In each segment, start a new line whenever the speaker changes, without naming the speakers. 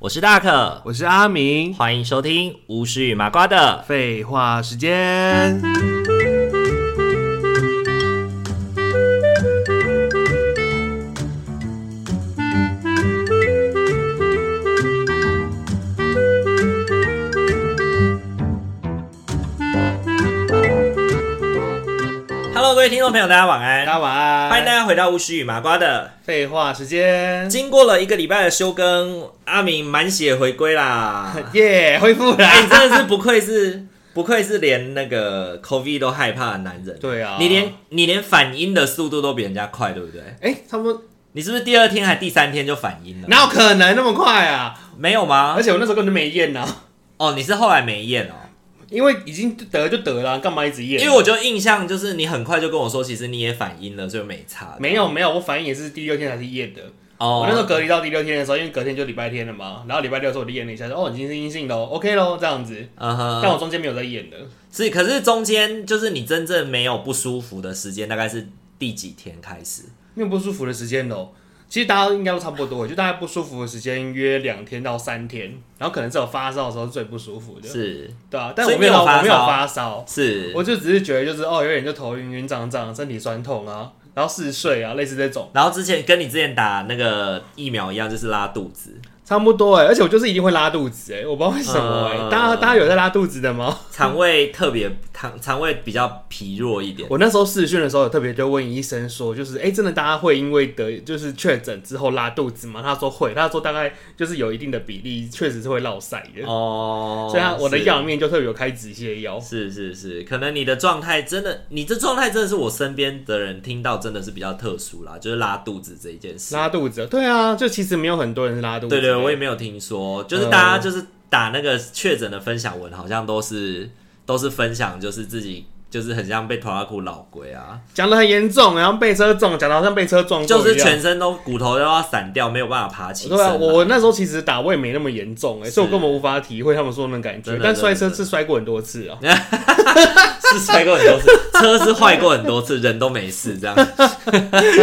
我是大可，
我是阿明。
欢迎收听巫师与麻瓜的。
废话时间，
Hello，各位听众朋友，大家晚
大
安，
家晚安。
欢迎大家回到巫师与麻瓜的。
废话时间，
经过了一个礼拜的休更，阿明满血回归啦！
耶，恢复
哎，你
啦。
真的是不愧是不愧是连那个 COVID 都害怕的男人。
对啊
你连你连反应的速度都比人家快，对不对？
哎、差不多，
你是不是第二天还第三天就反应了？
哪有可能那么快啊？
没有吗
而？且我那时候根本就没验呐、
哦，你是后来没验哦。
因为已经得就得了、啊干嘛一直验？
因为我就印象就是你很快就跟我说，其实你也反阴了，所以没差。
没有没有，我反应也是第六天才是验的。
哦，
我那时候隔离到第六天的时候，因为隔天就礼拜天了嘛，然后礼拜六的时候我就验了一下，说哦已经是阴性喽，OK 喽这样子。
嗯哼，
但我中间没有在验的，
是，可是中间就是你真正没有不舒服的时间，大概是第几天开始？
没有不舒服的时间喽。其实大家应该都差不多，就大概不舒服的时间约两天到三天，然后可能只有发烧的时候是最不舒服的。
是
对啊，但
所以
我没有
你有发
我没有
烧
发烧，
是，
我就只是觉得就是哦，有点就头晕晕胀胀，身体酸痛啊，然后嗜睡啊，类似这种，
然后之前跟你之前打那个疫苗一样，就是拉肚子，
差不多哎、而且我就是一定会拉肚子哎、我不知道为什么哎、
嗯
大家大家有在拉肚子的吗？
肠胃特别肠肠胃比较疲弱一点。
我那时候试训的时候，有特别就问医生说，就是哎、真的大家会因为得就是确诊之后拉肚子吗？他说会，他说大概就是有一定的比例，确实是会落塞的。
哦，
所以他我的
是
药里面就特别有开止泻药，
是是是，可能你的状态真的，你这状态真的是我身边的人听到真的是比较特殊啦，就是拉肚子这一件事。
拉肚子。对啊，就其实没有很多人是拉肚子
对
的。
对，我也没有听说，就是大家就是打那个确诊的分享文，好像都是都是分享，就是自己就是很像被拖拉裤老鬼啊，
讲的很严重，然后被车撞，讲的好像被车撞过一
就
样。
是全身都骨头都要散掉，没有办法爬起身
对
来。
啊，我我那时候其实打我也没那么严重哎、
是
所以我根本无法体会他们说的那种感
真
觉
的。
但摔车
真的
是摔过很多次 啊，
是摔过很多次，车是坏过很多次，人都没事这 样。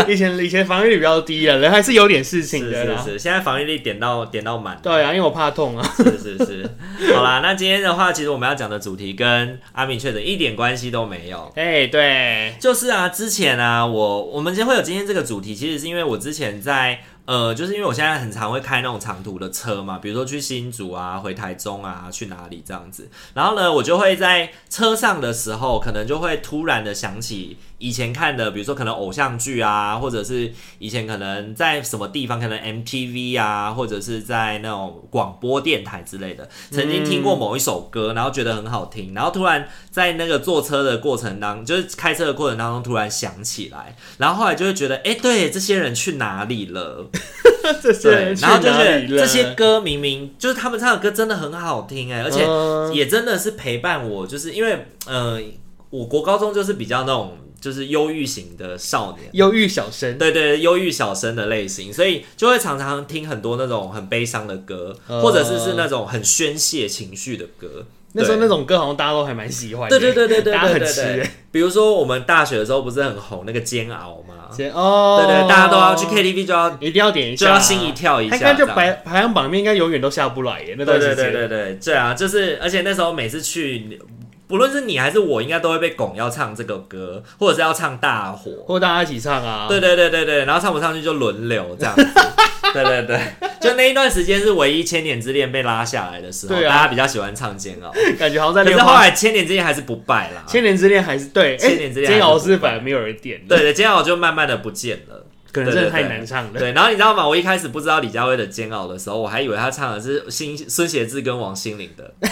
以前以前防御力比较低啊，人还是有点事情
是
的
是
啦。
是，现在防御力点到点到满。
啊对啊，因为我怕痛啊。
是是是，好啦，那今天的话，其实我们要讲的主题跟阿敏确诊一点关系都没有。
哎，对，
就是啊，之前啊，我我们今天会有今天这个主题，其实是因为我之前在呃，就是因为我现在很常会开那种长途的车嘛，比如说去新竹啊、回台中啊、去哪里这样子。然后呢，我就会在车上的时候，可能就会突然的想起以前看的，比如说可能偶像剧啊，或者是以前可能在什么地方，可能 MTV 啊，或者是在那种广播电台之类的，曾经听过某一首歌，然后觉得很好听，然后突然在那个坐车的过程当，就是开车的过程当中突然想起来，然后后来就会觉得，哎、对，这些人去哪里 了？
这些
对，
人去
然后就
哪
是
里了？
这些歌明明就是他们唱的歌真的很好听哎、而且
嗯
也真的是陪伴我，就是因为呃，我国高中就是比较那种就是忧郁型的少年。
忧郁小生，
对对，忧郁小生的类型，所以就会常常听很多那种很悲伤的歌，
嗯
或者是是那种很宣泄情绪的歌。
那时候
对
那种歌好像大家都还蛮喜欢的。
对对对对对
大家
对
很
对
吃
对
欸。。
比如说我们大学的时候不是很红那个《煎熬》吗？
先哦，
对对，大家都要去 KTV 就要
一定要点一
就
下啊，
要心一跳一
他
下
应
这样。
该就排排行榜面应该永远都下不来耶，那
对
段
对
时
对
间。
对对对啊！就是而且那时候每次去，不论是你还是我，应该都会被拱要唱这个歌，或者是要唱大火。
或大家一起唱啊，
对对对对对，然后唱不上去就轮流这样子。 对对对，就那一段时间是唯一《千年之恋》被拉下来的时候，
对啊
大家比较喜欢唱《煎熬》，
感觉好像在
可
练
是后
花
来《千年之恋》还是不败啦。
千年之恋还是对，
千年之恋还
哎
是
煎熬是
不败
反而没有人点的，
对对，《煎熬》就慢慢的不见了。
可能真的太难唱了。
对，然后你知道吗？我一开始不知道李佳薇的《煎熬》的时候，我还以为她唱的是新孙协志跟王心凌的，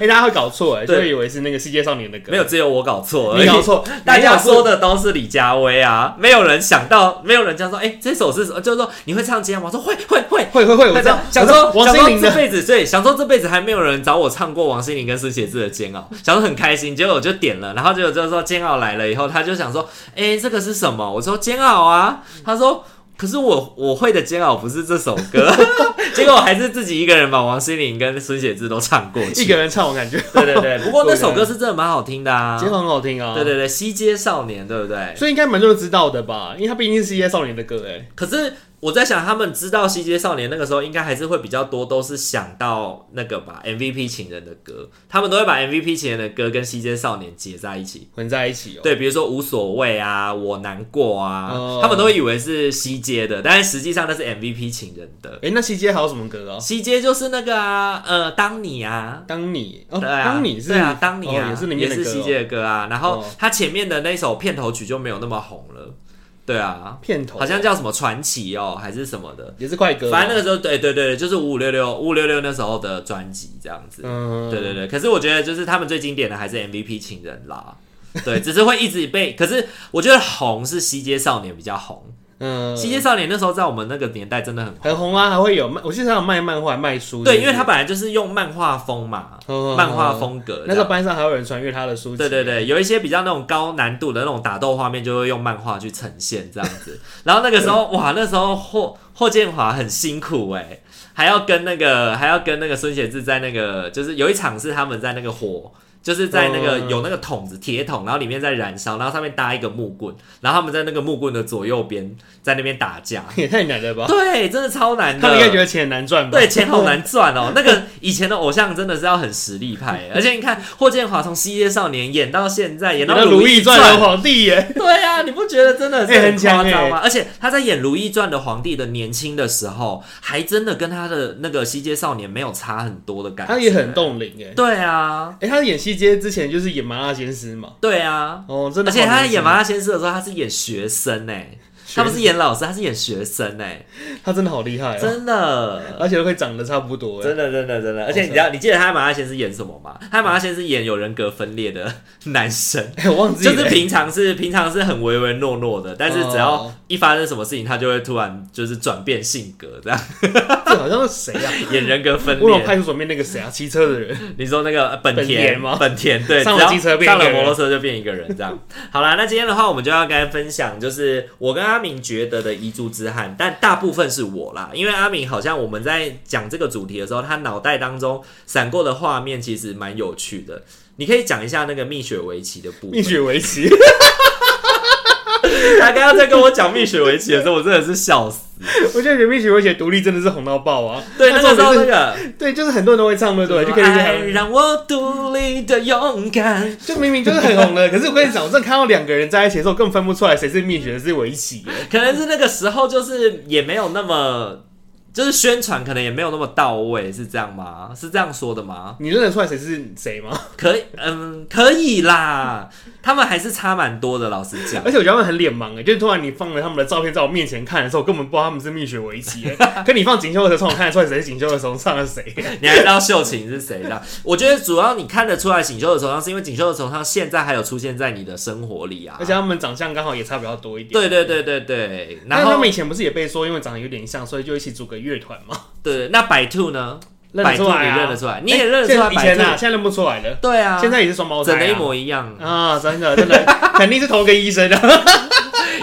哎，大家会搞错哎，就
对
会以为是那个世界少年的歌，
没有，只有我搞错而已。
你搞错，
大家说
的
的都是李佳薇啊，没有人想到，没有人这样说。哎、这首是什么？就是说你会唱《煎熬》吗？我说会会会。
会会会， 我
会
知道
唱， 想说
王
想
心
说
凌
这
的，
辈子对，想说这辈子还没有人找我唱过王心凌跟孙协志的《煎 熬》，想说很开心，结果我就点了，然后结果就说《煎熬》来了以后，他就想说，哎、这个是什么？我说《煎熬》啊，他说。可是我我会的《煎熬》不是这首 歌，结果我还是自己一个人把王心凌跟孙协志都唱过去。
一个人唱我感觉
对 对对，不过那首歌是真的蛮好听的啊，
真的很好听啊。
对。对对，西街少年，对不对？
所以应该蛮多人知道的吧，因为他毕竟是世界少年的歌哎，
可是我在想，他们知道《西街少年》那个时候，应该还是会比较多，都是想到那个吧，MVP 情人的歌，他们都会把 MVP 情人的歌跟《西街少年》结在一起。
混在一起哦、
对，比如说无所谓啊，我难过啊，
哦
他们都会以为是西街的，但是实际上那是 MVP 情人的。
哎、那西街还有什么歌哦？
西街就是那个啊，呃，当你啊，
当你哦，
对啊，
当你是
对啊，当你啊，
哦、也是里
也
面的
是
歌、
西
哦、
街的歌啊。然后
哦
他前面的那首片头曲就没有那么红了，对啊，
片头，
好像叫什么传奇哦，还是什么的。
也是快歌哦、
反正那个时候，对对对，就是五五六六五五六六那时候的专辑这样子。
嗯，
对对对，可是我觉得就是他们最经典的还是 MVP 情人啦。对，只是会一直被， 可是我觉得红是西街少年比较红，
嗯，
西街少年那时候在我们那个年代真的很红。
很红啊，还会有卖，我记得还有卖漫画、卖书，
对，因为他本来就是用漫画风嘛，
嗯
漫画风格这样。
那时候班上还有人穿越他的书籍，
对对对，有一些比较那种高难度的那种打斗画面，就会用漫画去呈现这样子。然后那个时候，哇，那时候霍霍建华很辛苦哎、还要跟那个还要跟那个孙协志在那个，就是有一场是他们在那个火。就是在那个
嗯
有那个桶子铁桶，然后里面在燃烧，然后上面搭一个木棍，然后他们在那个木棍的左右边在那边打架，
也太难了吧？
对，真的超难的。
他们应该觉得钱很难赚 吧？
对，钱好 难赚哦。那个以前的偶像真的是要很实力派，欸而且你看霍建华从《西街少年》演到现在，演
演
到
到《
《
如
懿
懿
传
传》的。皇帝耶，
对啊，你不觉得真的是
欸很强
夸张吗？而且他在演《如懿传》的皇帝的年轻的时候，还真的跟他的那个《西街少年》没有差很多的感觉。
他也很。冻龄耶。
对啊，
哎、他演西街之前就是演麻辣鲜师嘛，
对啊。
哦，真的
而
好
且
年轻，
他在演《麻辣鲜师》的时候，他是演学生哎、他不是演老师，他是演学生哎、
他真的好厉害、啊，
真的。
而且会长得差不多哎，
真的，真的，真的，而且你
是
知道，你记得他马大仙是演什么吗？他马大仙是演有人格分裂的男 生，
哎、我忘记
就
了，
是平常是平常是很唯唯诺诺的，但是只要
哦
一发生什么事情，他就会突然就是转变性格，这样
哎这好像是谁 啊？
演人格分
乌龙
裂。
派出所面那个谁啊，骑车的人，
你说那个呃本
本
田
田吗
本田对，
上了
只要
机车变
上
一个
了
人
摩托车就变一个人这样。好啦，那今天的话，我们就要该分享，就是我跟阿明觉得的遗珠之憾，但大部分是我啦，因为阿明好像我们在讲这个主题的时候，他脑袋当中闪过的画面其实蛮有趣的。你可以讲一下那个蜜雪围棋的部
蜜
分。
雪围棋，
他刚刚在跟我讲蜜雪围棋的时候， 我真的是笑死。
我觉得人蜜雪围棋的独立真的是红到爆啊！
对，那
那
个时
重
候那
点
个哎
是，对，就是很多人都会唱，对不对？就可以理解
爱
他们，
让我独立的勇敢。
就明明就是很红的，可是我跟你讲，我真的看到两个人在一起的时候，我根本分不出来谁是蜜雪，谁是围棋耶。
可能是那个时候就是也没有那么，就是宣传可能也没有那么到位，是这样吗？是这样说的吗？
你认得出来谁是谁 吗？
可以，嗯，可以啦，他们还是差蛮多的，老实讲
而。且我觉得他们很脸盲哎，就是突然你放了他们的照片在我面前看的时候，我根本不知道他们是蜜雪围棋耶。可你放锦绣的时候，我看得出来谁是锦绣的时候上了谁。
你还知道秀琴是谁的？我觉得主要你看得出来锦绣的惆怅，是因为锦绣的惆怅现在还有出现在你的生活里啊
而。且他们长相刚好也差比较多一点。
对对对对对，
但
然
是他
后
们以前不是也被说因为长得有点像，所以就一起组个乐团嘛？
对，那百兔呢？
认
百
得
兔
出
你
来啊，
认得出来，你也认得出来
以前啊，
百兔？
现在认不出来了。
对啊，
现在也是双胞胎、
整
啊，
的一模一样。
啊，真的 真的，肯定是同一个医生啊的，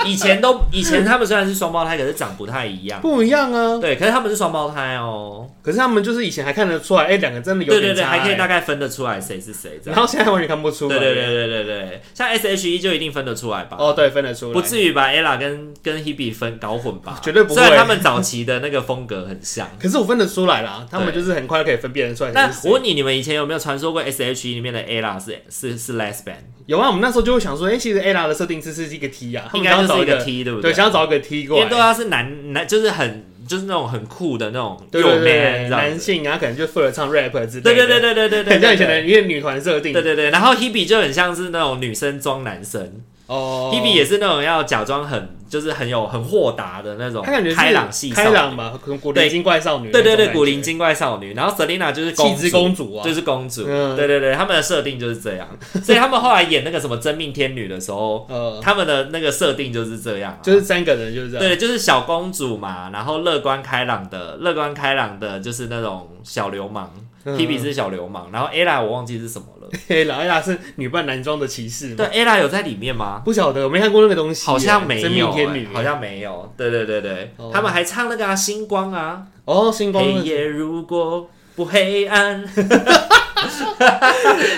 以前都以前他们虽然是双胞胎，可是长不太一样。
不一样啊。
对，可是他们是双胞胎哦。
可是他们就是以前还看得出来，哎、两个真的有
对
点
对对，
差欸
还可以
哎
大概分得出来谁是谁这
然
样。
后现在完全看不出
对
来，
对对对对对，像 S H E 就一定分得出来吧？
哦，对，分得出来，
不至于把 Ella 跟跟 Hebe 分搞混吧？
绝对不会
虽然他们早期的那个风格很 像。
可是我分得出来啦，他们
对
就是很快可以分辨得出来
那
谁是谁。
我问你，你们以前有没有传说过 S H E 里面的 Ella 是是是 Lesbian？
有啊，我们那时候就会想说，哎、其实 Ella 的设定是是一个 T 啊，他
应
们
该
想
就
要找
是
一
一个 T，对不
对，想要找一个 T
因
过
为都
来。
要是男男，就是很就是那种很酷的那种
对
又
对
man
对，
这
男
样子。
性啊，可能就负责唱 rap 之类的。
对对对对对对对，
很像以前
对
的一个女团设定。
对对对，然后 Hebe 就很像是那种女生装男生、
哦
h e b e 也是那种要假装很就是很有很豁达的那种，
她感觉是
开朗系
开朗吧，可能古灵
对
精怪少女那
对
种
对
感觉。
对，古灵精怪少女，然后 Selina 就是
气
公
质
主，
公主啊
就，是公主，
嗯
对对对，他们的设定就是这 样，所以他们后来演那个什么真命天女的时候，
呃，
他们的那个设定就是这样啊、
就是三个人就是这样。
对，就是小公主嘛，然后乐观开朗的，乐观开朗的，就是那种小流氓、
嗯
h e b e 是小流氓，然后 Ella 我忘记是什么 了，
黑老大是女扮男装的骑士嘛？
对，Ella 有在里面吗？
不晓得，我没看过那个东西耶，
好像没有、
真
欸
命天女，
好像没有。对对对对，
哦
他们还唱那个、啊《星光》啊，
哦，星光
黑
的
夜如果不黑暗。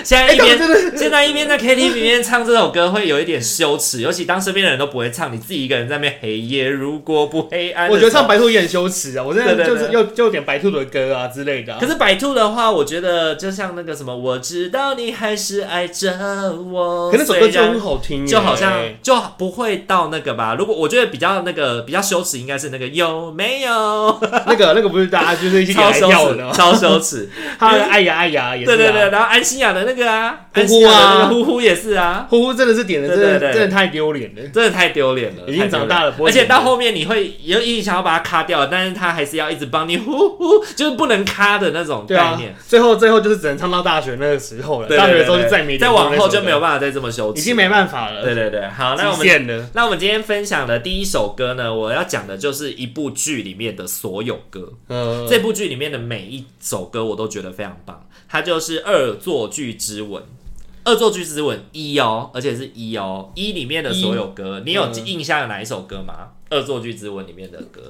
现在一
哎他们
边、
真的
现在一边在 KTV 里面唱这首歌会有一点羞耻，尤其当身边的人都不会唱，你自己一个人在那边黑夜如果不黑暗，
我觉得唱。白兔也很羞耻啊！我真
哎对
的
对
就是
对
又就点白兔的歌啊之类的啊、
可是百兔的话，我觉得就像那个什么，我知道你还是爱着我。
可那首歌就
虽然
很好听耶，
就好像就不会到那个吧。如果我觉得比较那个比较羞耻，应该是那个有没有
那个那个不是大家就是一起
超
来
羞
跳
耻
的，，哦
超羞耻。
他的哎呀哎呀 也是、
对
啊，
对对，，然后安心雅的那个啊，
呼
安
呼
心雅
啊
的那个呼呼也是啊，
呼呼真的是点的，
对
真
对
的
对
真的太丢脸了。
真的太丢脸了，
已经长大了
太丢脸
不会
而且到后面你会有一想要把它卡掉，但是他还是要一直帮你呼呼，就是不能卡的那种
对
概
啊
念。，
最后最后就是只能唱到大学那个时候了，
对
大
对
学
对
的时候就
对
再没
再
点过
往
那
后
首
就
歌
没有办法再这么羞耻，
已经没办法了，
对对对，好，那我
极
们
限了。
那我们今天分享的第一首歌呢，我要讲的就是一部剧里面的所有歌。
呃，
这部剧里面的每一首歌我都觉得非常棒，它就是《恶作剧之吻》。《恶作剧之吻》一哦，而且是一哦，一里面的所有歌，你有
嗯
印象有哪一首歌吗？恶作剧之吻》里面的歌，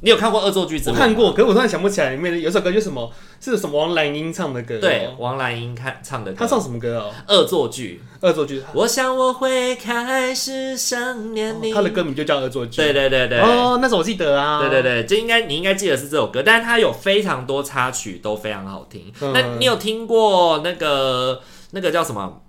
你有看过《恶作剧之
我
吻》？
看。过，可是我突然想不起来里面的有首歌叫什么，是什么王蓝英唱的歌、哦？
对，，王蓝英看唱的歌，
他唱什么歌哦？
恶作剧。
恶作剧，
我想我会开始想念
哦
你。
他的歌名就叫恶作剧。
对对对对，
哦，那首我记得啊。
对对对，这应该你应该记得是这首歌，但是它有非常多插曲都非常好听。
嗯
那你有听过那个那个叫什么？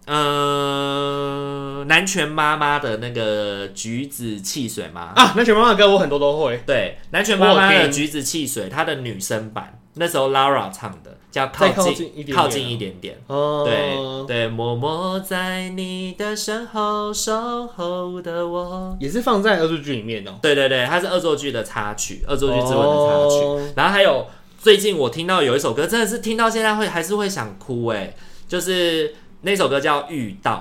呃，南拳妈妈的那个橘子汽水吗？
啊，那全妈妈的歌我很多都会。
对，南拳妈妈
我有
的
听
橘子汽水，它的女生版，那时候 Lara 唱的，叫
再靠近
近
一点点
靠近一点点。
哦，
对对，默默在你的身后守候的我。
也是放在恶作剧里面哦。
对对对，它是恶作剧的插曲，恶作剧之吻的插曲。
哦
然后还有最近我听到有一首歌，真的是听到现在会还是会想哭哎、就是那首歌叫《遇到》，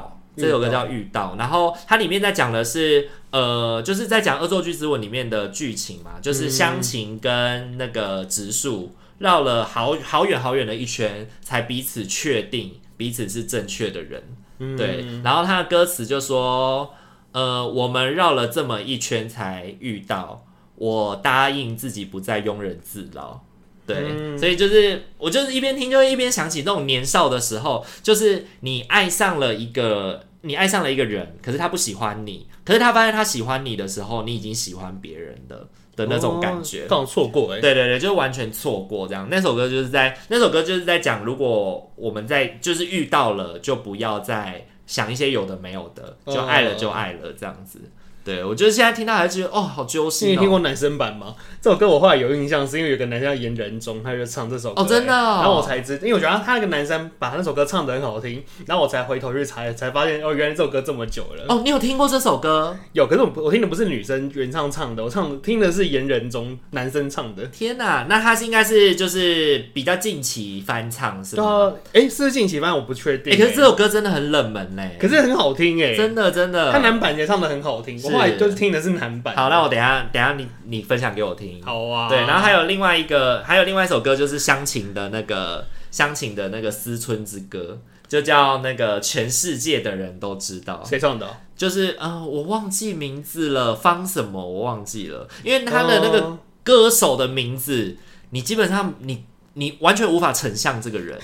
遇到
这首歌叫《遇到》，然后它里面在讲的是呃，就是在讲《恶作剧之吻》里面的剧情嘛，就是湘琴跟那个植树绕了好好远好远的一圈，才彼此确定彼此是正确的人。
嗯
对，然后他的歌词就说：“呃，我们绕了这么一圈才遇到，我答应自己不再庸人自扰。”对，
嗯
所以就是我就是一边听就会一边想起那种年少的时候，就是你爱上了一个你爱上了一个人，可是他不喜欢你，可是他发现他喜欢你的时候，你已经喜欢别人了的那种感觉
哦。刚好错过哎。
对对对，就是完全错过这样。那首歌就是在那首歌就是在讲，如果我们在就是遇到了，就不要再想一些有的没有的，
嗯
就爱了就爱了这样子。对我觉得现在听到还是觉得哦，好揪
你
心
有听
哦。
过男生版吗？这首歌我后来有印象，是因为有个男生叫严仁中，他就唱这首歌。欸
哦真的哦
然后我才知，因为我觉得他那个男生把那首歌唱得很好听，然后我才回头去查，才发现哦，原来这首歌这么久了。
哦，你有听过这首歌？
有，可是我我听的不是女生原唱唱的，我唱的听的是严仁中男生唱的。
天哪，那它是应该是就是比较近期翻唱是
对
吗？
啊，哎、是不是近期反正我不确定、
哎、可是这首歌真的很冷门嘞
欸，可是很好听哎、
真的真
他
的。
男版也唱的很好听，我
是
后来就是听的是男版。
好，那我等一下等一下你你分享给我听。
好啊，
对，然后还有另外一个，还有另外一首歌就是湘琴的那个湘琴的那个《思春之歌》，就叫那个全世界的人都知道，
谁唱的啊？
就是呃，我忘记名字了，方什么我忘记了，因为他的那个
哦
歌手的名字，你基本上你你完全无法成像这个人。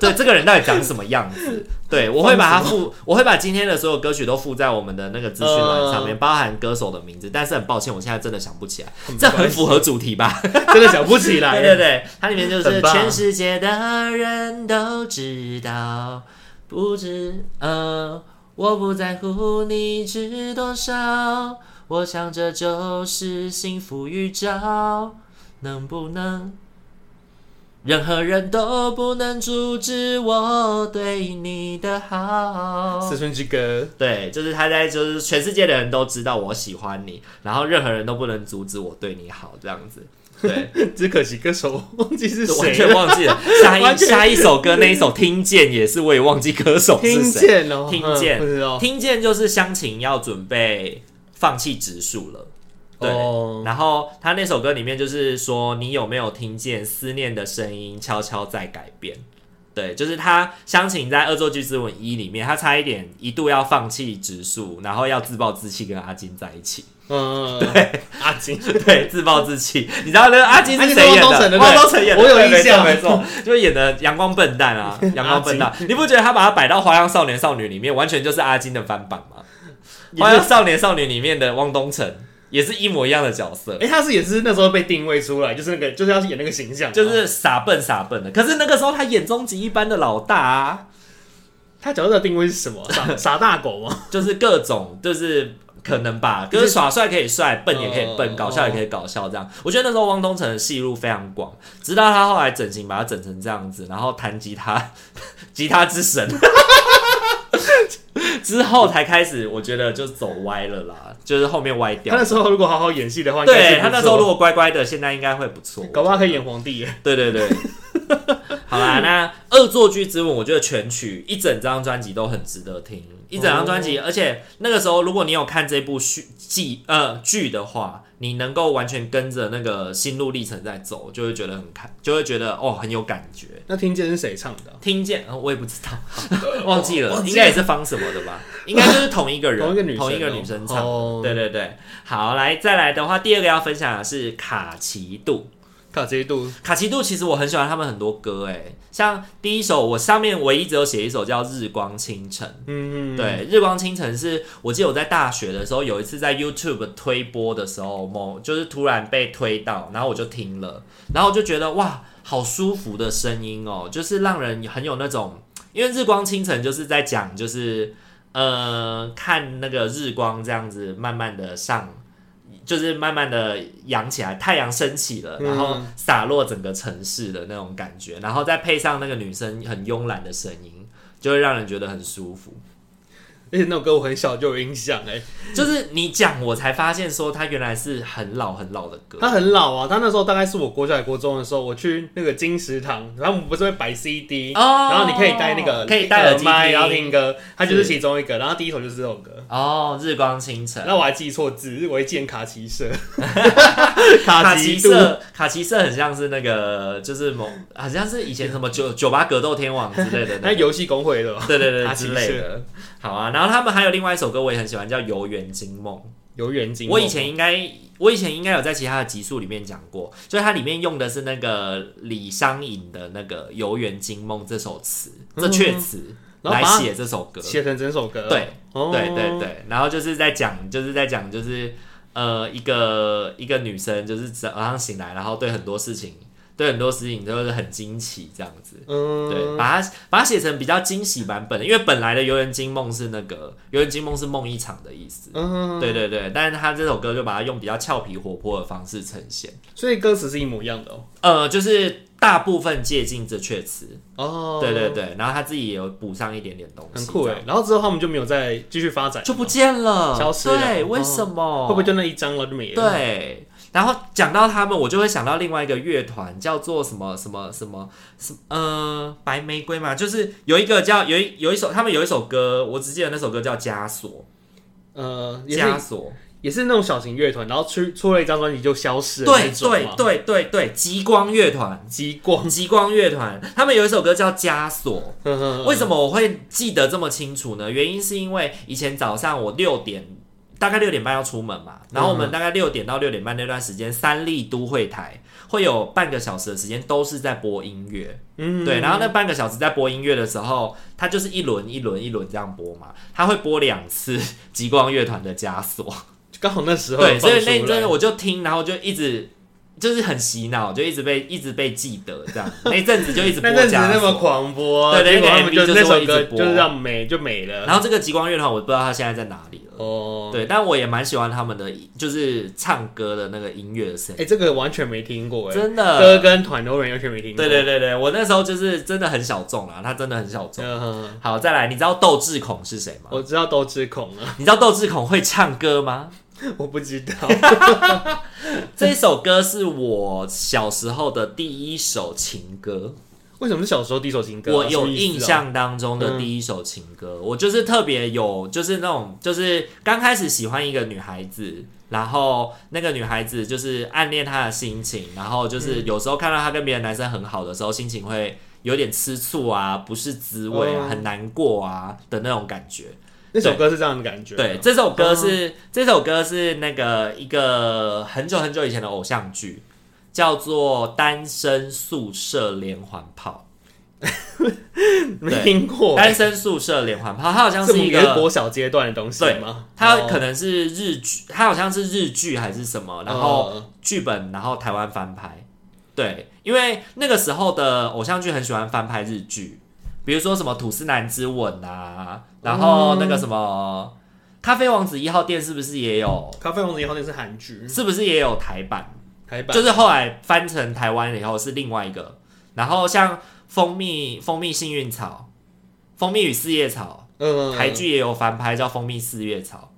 对这个人到底长什么样子？对我会把它附，我会把今天的所有歌曲都附在我们的那个资讯栏上面，包含歌手的名字。但是很抱歉，我现在真的想不起来，这很符合主题吧？
真的想不起来。
对对对，它里面就是
很棒
全世界的人都知道，不知呃，我不在乎你值多少，我想这就是幸福预兆，能不能？任何人都不能阻止我对你的好。
思春之歌，
对，就是他在，就是全世界的人都知道我喜欢你，然后任何人都不能阻止我对你好，这样子。对，
只可惜歌手忘记是
完
谁
全
了。
忘记 了。下一
完全
下一首歌那一首《听见》也是，我也忘记歌手
听
是谁。
见哦，
听见
嗯不知道。
听见就是湘琴要准备放弃植树了。对
哦
然后他那首歌里面就是说，你有没有听见思念的声音悄悄在改变？对，就是他湘琴在《恶作剧之吻一》里面，他差一点一度要放弃植树，然后要自暴自弃跟阿金在一起。
嗯，对，阿金，
对，自暴自弃。你知道那个阿金是谁演
阿金是汪东
的？
城对不对
东城演的，
我有
对
印象
没错，没错就是演的阳光笨蛋 啊，阳光笨蛋。你不觉得他把他摆到《花样少年少女》里面，完全就是阿金的翻版吗？《
也
花
是
样少年少女》里面的汪东城也是一模一样的角色。
哎、他是也是那时候被定位出来，就是那个就是要演那个形象嘛，
就是傻笨傻笨的，可是那个时候他演终极一班的老大啊，
他角色的定位是什么？ 傻傻大狗吗？
就是各种就是可能吧，就是耍帅可以帅，笨也可以笨，
哦
搞笑也可以搞笑，这样。我觉得那时候汪东城的戏路非常广，直到他后来整形把他整成这样子，然后弹吉他， 吉他之神。 之后才开始，我觉得就走歪了啦，就是后面歪掉
他那。时候如果好好演戏的话，应该是
对
不
他那时候
错
如果乖乖的，现在应该会不错。
搞不好可以演皇帝耶。
对对 对，好啦，那《恶作剧之吻》我觉得全曲一整张专辑都很值得听，一整张专
哦
辑，而且那个时候如果你有看这部剧剧呃剧的话，你能够完全跟着那个心路历程在走，就会觉得很看，就会觉得哦很有感觉。
那听见是谁唱的啊？
听见、呃 我也不知道，忘记了，
忘记了
应该也是方什么的吧？应该就是同一个人，
同
同一
一个女生哦
个女生唱的。
哦
对对对，好，来再来的话，第二个要分享的是卡其度。
卡这一度，
卡其度其实我很喜欢他们很多歌，哎，像第一首我上面唯一只有写一首叫《日光清晨》。
嗯，
对，《日光清晨是》我记得我在大学的时候有一次在 YouTube 推播的时候，某就是突然被推到，然后我就听了，然后我就觉得哇，好舒服的声音哦，就是让人很有那种，因为《日光清晨》就是在讲就是呃看那个日光这样子慢慢的上。就是慢慢的扬起来，太阳升起了，然后洒落整个城市的那种感觉，然后再配上那个女生很慵懒的声音，就会让人觉得很舒服。
而且那首歌我很小就有印象哎，
就是你讲，我才发现说它原来是很老很老的歌。
他很老啊，他那时候大概是我国小还国中的时候，我去那个金石堂，然后我们不是会摆 CD，
哦
然后你可以带那个呃
可以戴耳机听
麦，然后听歌，它就是
是
其中一个，然后第一首就是这首歌。
哦，日光清晨。
那我还记错字，我还记成卡其 社，
卡
其
其色，卡其色很像是那个，就是某，好像是以前什么九九八格斗天王之类的
那
那个，
游戏公会的吧，
对对对
卡
之
其
类
色
的。好啊，然后他们还有另外一首歌我也很喜欢，叫《游园惊梦》。
游园惊梦。
我以前应该，我以前应该有在其他的集数里面讲过，就是它里面用的是那个李商隐的那个《游园惊梦》这首词，这阙词
嗯然后
来
把它
写这首歌。
写成整首歌，
对，
哦，
对对对，然后就是在讲，就是在讲，就是呃，一个一个女生就是早上醒来，然后对很多事情，对很多事情都是很惊奇这样子。
嗯，
对，把它把它写成比较惊喜版本的，因为本来的《游园惊梦》是那个《游园惊梦》是梦一场的意思。
嗯，
对对对，但是他这首歌就把它用比较俏皮活泼的方式呈现，
所以歌词是一模一样的哦。
呃，就是大部分借镜这阙词，
哦，
对对，对，然后他自己也有补上一点点东西，
很酷
这
哎
样。
然后之后他们就没有再继续发展，
就不见了，
消失了
对，
哦
为什么？
会不会就那一张了就没了？，
对，然后讲到他们，我就会想到另外一个乐团，叫做什么什么什么什么呃白玫瑰嘛，就是有一个叫有一有一首他们有一首歌，我只记得那首歌叫《枷锁
呃，》，也
枷
是
锁，
也是那种小型乐团，然后出出了一张专辑就消失了
对
那种
对
嘛，
对对对，极光乐团，
极光，
极光乐团，他们有一首歌叫《枷锁》。
呵呵
为什么我会记得这么清楚呢？原因是因为以前早上我六点，大概六点半要出门
嗯
嘛，然后我们大概六点到六点半那段时间，三立都会台会有半个小时的时间都是在播音乐，
嗯，
对，然后那半个小时在播音乐的时候，它就是一轮一轮一轮这样播嘛，它会播两次极光乐团的枷 锁，
就刚好那时候
对，所以
放
那
出
真
来
的我就听，然后就一直。就是很洗脑，就一直被一直被记得这样，那一阵子就一直播
那阵子
枷
那么
锁。
狂播，
对对
结果
那个
他们就
MV
那首
就是会
歌
一直播
就是让没就没了。
然后这个极光乐团，我不知道他现在在哪里了。
哦，
对，但我也蛮喜欢他们的，就是唱歌的那个音乐的声音，
哎，这个完全没听过哎，
真的。
歌跟团都完全没听过。
对对对对，我那时候就是真的很小众啦，他真的很小众。
嗯，呵呵
好，再来，你知道窦智孔是谁吗？
我知道都知孔了，
你知道窦智孔会唱歌吗？
我不知道。
这首歌是我小时候的第一首情歌，
为什么是小时候第一首情歌啊？
我有
什么意思啊
印，象当中的第一首情歌，我就是特别有，就是那种，就是刚开始喜欢一个女孩子，然后那个女孩子就是暗恋她的心情，然后
嗯
就是有时候看到她跟别的男生很好的时候，心情会有点吃醋啊，不是滋味啊，
哦
很难过啊的那种感觉。
那首歌是这样的感觉。嗯
对，，这首歌是、这首歌是那个一个很久很久以前的偶像剧，叫做《单身宿舍连环炮
没听》。过。
单身宿舍连环炮，它好像
这
是
不
一
也是
个，
国小阶段的东西
对
吗？
它
哦
可能是日剧，它好像是日剧还是什么，然后
嗯
剧本，然后台湾翻拍。对，因为那个时候的偶像剧很喜欢翻拍日剧，比如说什么《吐司男之吻》啊，然后
嗯
那个什么《咖啡王子一号店》是不是也有？
咖啡王子以后那是韩剧
是不是也有台版？
台嗯版，
就是后来翻成台湾以后是另外一个。然后像蜂蜜、蜂蜜幸运草、蜂蜜与四叶草，
嗯
台，剧也有翻拍叫《蜂蜜四叶草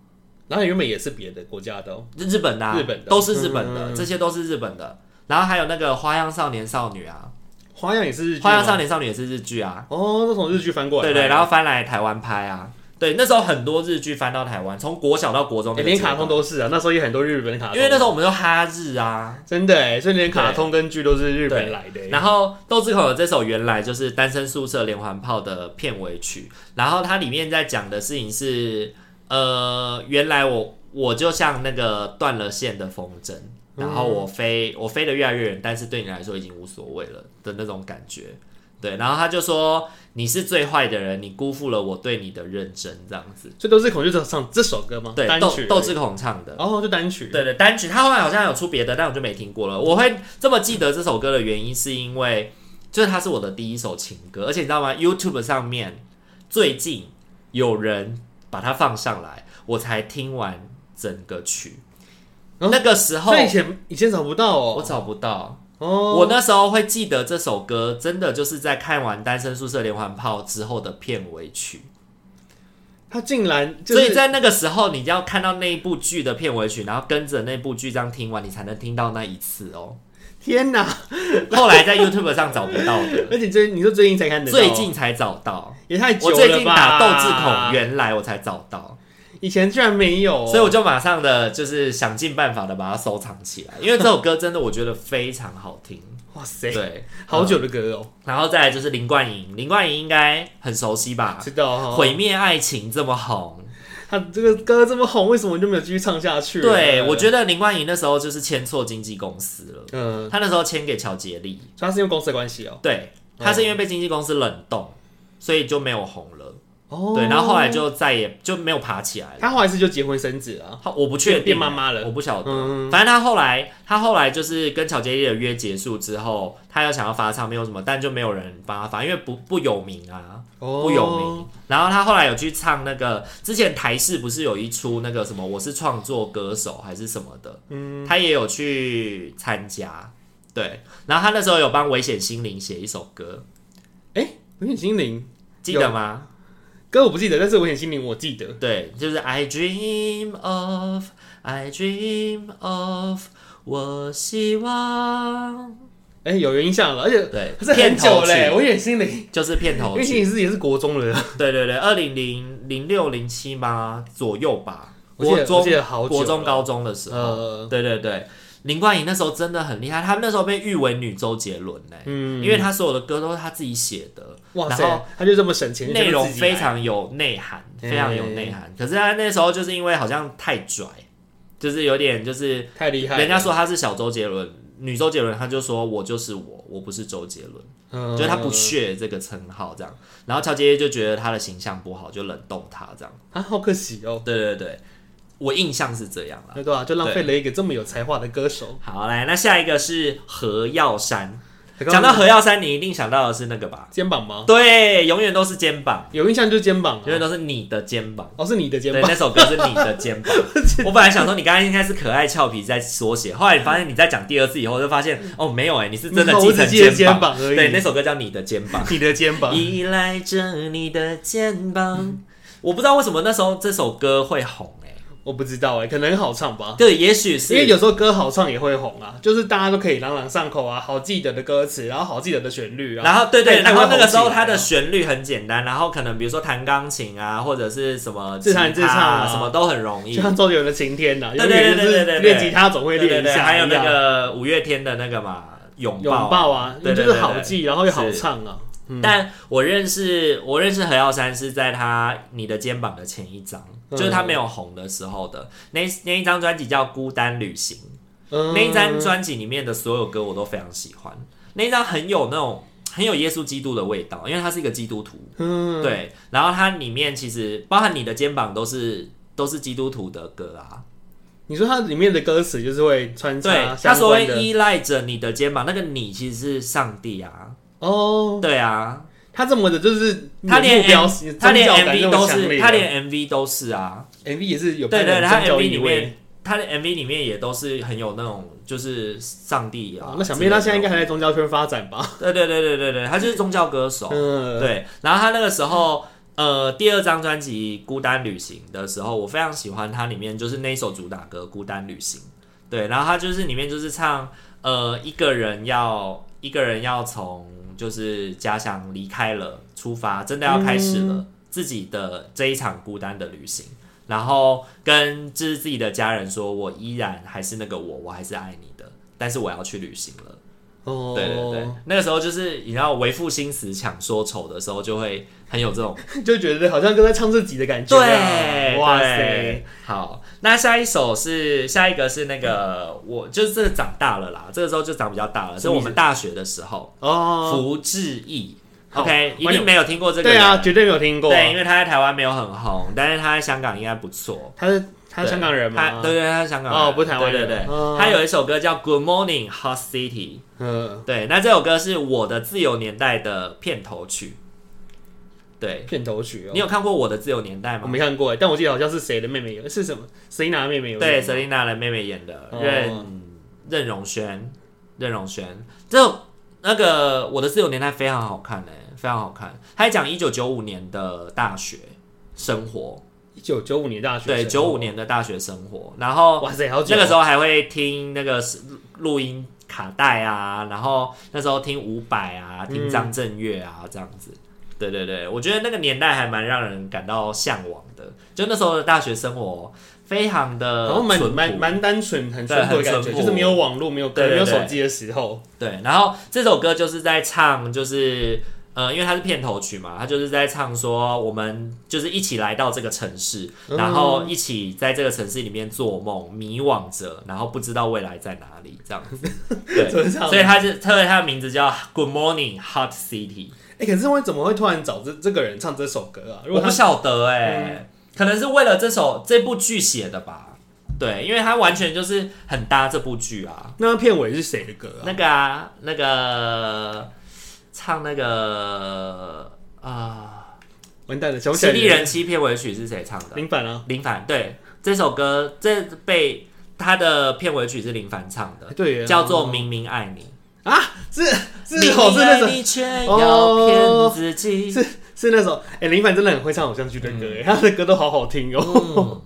然后原本也是别的国家的哦，》，
日本的、啊，
日本的
都是日本的，
嗯
这些都是日本的。然后还有那个《花样少年少女》啊，
花样也是日剧
《花样
吗。
少年少女》也是日剧啊，
哦，都从日剧翻过来
对
拍，
对，然后翻来台湾拍啊，对，那时候很多日剧翻到台湾，从国小到国中
欸
那个
连
阶段
卡通，都是啊，那时候也很多日本卡通，
因为那时候我们都哈日啊，
真的哎，所以连卡通跟剧都是日本来的欸。
然后窦智孔的这首原来就是《单身宿舍连环炮》的片尾曲，然后它里面在讲的事情是，呃，原来我我就像那个断了线的风筝，然后我飞我飞得越来越远，但是对你来说已经无所谓了的那种感觉。对，然后他就说你是最坏的人，你辜负了我对你的认真，这样子。
所以都是孔雀唱唱这首歌吗？
对，
单
窦
曲而已
窦智孔唱的。
哦，就单曲。
对对，单曲，他后来好像有出别的，但我就没听过了。我会这么记得这首歌的原因，是因为就是它是我的第一首情歌，而且你知道吗？YouTube 上面最近有人把它放上来，我才听完整个曲。
嗯
那个时候
所以以前以前找不到
我
哦。
找不到，
哦，
我那时候会记得这首歌，真的就是在看完《单身宿舍连环炮》之后的片尾曲。
他竟然就
所以
是
在那个时候，你就要看到那一部剧的片尾曲，然后跟着那部剧这样听完，你才能听到那一次哦。
天哪！
后来在 YouTube 上找不到的，
而且最你说最近才看得到，
最近才找到。
也太久
我
了
最近打
吧
斗志孔，原来我才找到，
以前居然没有哦，
所以我就马上的就是想尽办法的把它收藏起来，因为这首歌真的我觉得非常好 听。
哇塞，
对，
好久的歌哦，
然后再来就是林冠莹，林冠莹应该很熟悉吧？
知道哈。
毁灭爱情这么红，
他这个歌这么红，为什么就没有继续唱下去？啊
对我
得，
觉得林冠莹那时候就是签错经纪公司了，
嗯，
她那时候签给乔杰利，
所以他是因为公司的关系哦。
对，她是因为被经纪公司冷冻，所以就没有红了。
哦，
对，然后后来就再也就没有爬起来了。
他后来是就结婚生子啊，
他我不确定欸
变妈妈了
我不晓得。
嗯，
反正他后来，他后来就是跟乔杰利的约结束之后，他又想要发唱片或什么，但就没有人帮他发，因为不不有名啊，
哦
不有名。然后他后来有去唱那个，之前台视不是有一出那个什么我是创作歌手还是什么的，嗯，他也有去参加，对。然后他那时候有帮危险心灵写一首歌，
危险心灵
记得吗？
歌我不记得，但是危险心灵我记得。
对，就是 I dream of, I dream of，我希望。
哎、有印象了，而且
对，
这
片
很久
头
嘞、
曲
危险心灵，
就是片头
危险心
曲。
灵是也是国中了，
对对对，二零零零六零七吗左右吧，
我记
国
得我
中
记得好久了
国中高中的时候。
呃，
对对对，林冠莹那时候真的很厉害，她那时候被誉为女周杰伦嘞，
嗯
因为她所有的歌都是她自己写的，
哇
然后
塞，他就这么省钱，
内容
就是自己来
非常有内涵，
嗯
非常有内涵。可是她那时候就是因为好像太拽，就是有点就是
太厉害了，
人家说她是小周杰伦，女周杰伦，她就说我就是我，我不是周杰伦，
嗯
就是她不屑这个称号这样。然后乔杰就觉得她的形象不好，就冷冻她这样。
啊，好可惜哦，
对对对，我印象是这样啦。
对啊吧、就浪费了一个这么有才华的歌手。
好，来，那下一个是何耀珊。
刚刚
讲到何耀珊，你一定想到的是那个吧？
肩膀吗？
对，永远都是肩膀，
有印象就是肩膀、
永远
啊，
都是你的肩膀。
哦，是你的肩
对，
膀，
那首歌是你的肩 膀。我本来想说你刚刚应该是可爱俏皮在缩写，后来你发现你在讲第二次以后，就发现
嗯
哦没有哎、你是真的
没有
继
我只
承
记得
肩
肩膀而已嗯
对，那首歌叫《你的肩 膀
你的肩》，膀，
依赖着你的肩膀。
嗯
我不知道为什么那时候这首歌会红哎、
我不知道哎、可能好唱吧。
对，也许
因为
是。
有时候歌好唱也会红啊，就是大家都可以朗朗上口啊，好记得的歌词，然后好记得的旋律啊。
然后对对，
那
然
也会
后那个时候
红起来
它
啊
的旋律很简单，然后可能比如说弹钢琴啊，或者是什么
自弹
吉他
自唱啊
什么都很容易
就。像周杰伦的《晴天》呐，
嗯对
永
对
远就
对对
是
对对
练吉他总会
对对
练一
对，
下，
还有
一
那
样
个五月天的那个嘛拥
拥
抱啊
抱啊，
对对
就
对
是好
对
记，然后又好
是
唱啊。
但我认识我认识何耀珊是在他《你的肩膀》的前一张，
嗯
就是他没有红的时候的那那一张专辑叫《孤单旅行》，
嗯
那一张专辑里面的所有歌我都非常喜欢，那一张很有那种很有耶稣基督的味道，因为他是一个基督徒，
嗯，
对，然后它里面其实包含你的肩膀都是都是基督徒的歌啊，
你说它里面的歌词就是会穿
对
插，
他
相
所
关
谓
的
依赖着你的肩膀，那个你其实是上帝啊，
哦，
对啊，
他这么的就是
他连
目标
M- 他连
宗教感这
MV
么
都
强烈
是
啊
他连 MV 都是啊，
MV 也是有
对对，对
拍那
他
种宗
MV
教
里
意味
面。他的 MV 里面也都是很有那种，就是上帝啊
哦
之类的。
那想必他现在应该还在宗教圈发展吧？
对对对对对对，他就是宗教歌 手。
嗯，
对，然后他那个时候，呃，第二张专辑《孤单旅行》的时候，我非常喜欢它里面就是那一首主打歌《孤单旅行》。对，然后他就是里面就是唱，呃，一个人要一个人要从就是家乡离开了，出发，真的要开始了、自己的这一场孤单的旅行。然后跟就是自己的家人说，我依然还是那个我，我还是爱你的，但是我要去旅行了。
哦，
对对对，那个时候就是你知道为赋新词强说愁的时候，就会很有这种
就觉得好像跟在唱自己的感觉啊。
对，
哇塞
对，，好，那下一首是下一个是那个我就是这个长大了啦，这个时候就长比较大了，
嗯什
是
么意思
我们大学的时候，
哦，
福志毅
好
，OK，一
完
定
全
没有听过这个
对啊，
人，
绝对没有听过啊。
对，因为他在台湾没有很红，但是他在香港应该不错。
他是他是香港人
他
嘛？
对对，他是香港人
哦不是台湾
对
人
对对，
哦
他有一首歌叫《Good Morning Hot City》，
嗯，
对，那这首歌是我的自由年代的片头曲。对，
片头曲哦
你。有看过我的自由年代
我
吗？
没看过耶，但我记得好像是谁的妹妹有，是什么 Selina 的妹妹有
对
演吗
，Selina 的妹妹演的，
哦
任任容萱，任容萱，这首那个我的自由年代非常好看嘞、非常好看。他还讲一九九五年的大学生活，
一九九五年大学生
对，九五，年的大学生活，然后
哇塞，好久
那
哦
个时候还会听那个是录音卡带啊，然后那时候听伍佰啊，听张震岳啊，这样子。对对对，我觉得那个年代还蛮让人感到向往的，就那时候的大学生活非常的
然后
呃
蛮
淳朴
蛮蛮单纯，很淳朴的
对
感
很
觉，
淳朴
就是没有网络，没有歌，
对
没
对
有
对
手机的时候，
对，然后这首歌就是在唱，就是呃，因为它是片头曲嘛，它就是在唱说我们就是一起来到这个城市，
嗯
然后一起在这个城市里面做梦，迷惘着，然后不知道未来在哪里这样子。 对，
怎么唱？
所以它就特别它的名字叫 Good Morning Hot City。
哎，可是我怎么会突然找这这个人唱这首歌啊？如
我
果嗯
不
他
晓得哎、可能是为了这首这部剧写的吧。对，因为它完全就是很搭这部剧啊。
那片尾是谁的歌啊？
那个啊，那个唱那个啊，
完蛋了，想
《
不起来
犀利
名字
人妻》片尾曲是谁唱的？
林凡啊，
林凡对，这首歌这被他的片尾曲是林凡唱的，
呃对啊耶，
叫做《明明爱你》。
是是
明
哦，
明
是那
爱
首
你却要
哦
骗自己。
是是那首，哎，林凡真的很会唱偶像剧的歌，哎，他的歌都好好听哦，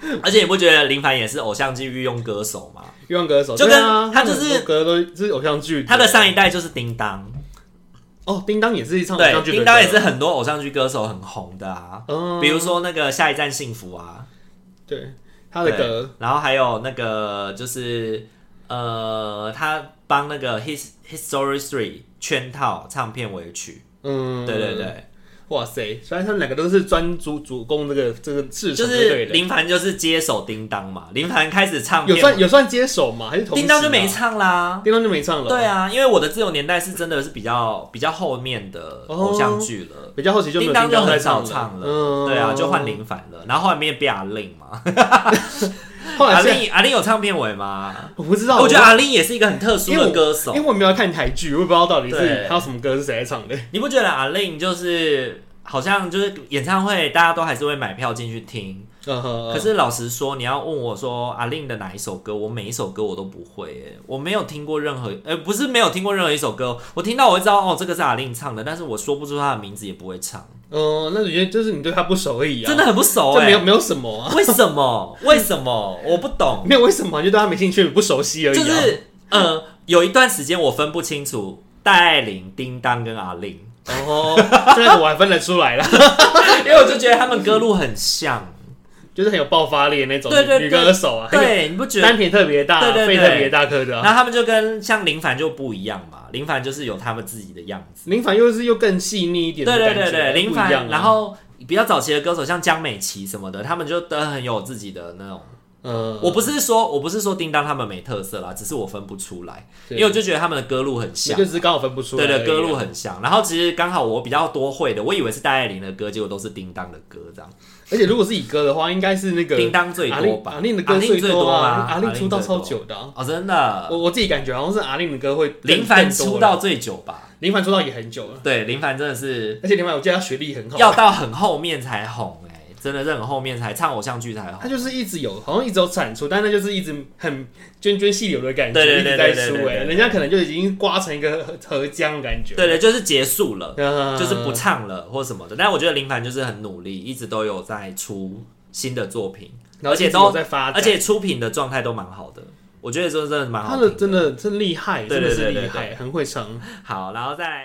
嗯而且你不觉得林凡也是偶像剧御用歌手吗？
欲望歌手，
就跟
对啊
他就是
很多歌都是偶像剧，
他的上一代就是叮当，
哦，叮当也是唱偶
对，
像剧的歌，啊
叮当也是很多偶像剧歌手很红的啊，
嗯，
比如说那个《下一站幸福》啊，
对他的
对
歌，
然后还有那个就是呃，他帮那个 His History Three 圈套唱片尾曲，
嗯，
对对。对，
哇塞！虽然他们两个都是专主主攻这个这个市
就
场，
是
对的，
林凡就是接手叮当嘛，林凡开始唱
有
片，
算有算接手吗？还是同时啊
叮当就没，唱啦。
叮当就没唱了。
对，啊，因为我的自由年代是真的是比较比较后面的偶像剧了，
比较好奇就没有
叮当就
在
很少
唱
唱了，
嗯，
对啊，就换。林凡了，然后后来变变阿令嘛，
后来
阿
是
令阿令有唱片尾吗？哎
我不知道，
啊我觉得阿令也是一个很特殊
因为我
的歌手
因为，我没有看台剧，我也不知道到底是
对
还有什么歌是谁在唱的。
你不觉得阿令就是好像就是演唱会，大家都还是会买票进去听？
嗯哼，
可是老实说，你要问我说阿令的哪一首歌，我每一首歌我都不会、欸，我没有听过任何，呃，不是没有听过任何一首歌，我听到我会知道哦，这个是阿令唱的，但是我说不出他的名字，也不会唱，
嗯，那你觉得就是你对他不熟而已啊，
真的很不熟
这
哎、
没有没有什么啊，
为什么？为什么？我不懂，
没有为什么啊，就对他没兴趣，不熟悉而已
就
啊。
是呃，有一段时间我分不清楚戴爱玲、叮当跟阿 令，
哦，这个我还分得出来啦。
因为我就觉得他们歌路很像。
就是很有爆发力的那种
对对
女女
对
歌手啊，很有
对，你不觉得
丹田特别大，
对对
肺
对
特别大颗的、啊。
那他们就跟像林凡就不一样嘛，林凡就是有他们自己的样子。
林凡又是又更细腻一点的
对对
感觉，
对对，林
不一样
凡，
啊
然后比较早期的歌手像江美琪什么的，他们就都很有自己的那种。
呃，
我不是说我不是说叮当他们没特色啦，只是我分不出来，因为我就觉得他们的歌路很
你
像
就。只是刚好分不出来
对
而已啊，
对，歌路很像。然后其实刚好我比较多会的，我以为是戴爱玲的歌，结果都是叮当的歌这样。
而且如果是以歌的话，应该是那个
叮当最
阿
多
令
吧？
阿令的歌
最
最多
啊，
啊，阿令出道
最多
超久的啊。
哦，真的。
我我自己感觉好像是阿令的歌会更
林凡
更多
出
了
道最久吧？
林凡出道也很久了，
对，林凡真的是
而且林凡我记得他学历很好，
要到很后面才红哎、真的是很后面才唱偶像剧才
他
红。
就是一直有，好像一直有产出，但那就是一直很涓涓细流的感觉，
对对对对
一直在
对
出
对
哎、
对对
人家可能就已经刮成一个河河江的感觉，
对对，就是结束了，
呃，
就是不唱了或什么的。但我觉得林凡就是很努力，一直都有在出新的作品，
然后
而且
一直
都
有在发展，
而且出品的状态都蛮好的。我觉得这真的蛮好
他
听
的真的真厉害，
对
真
对对
的是
对对
厉害，很会唱。
好，然后再来。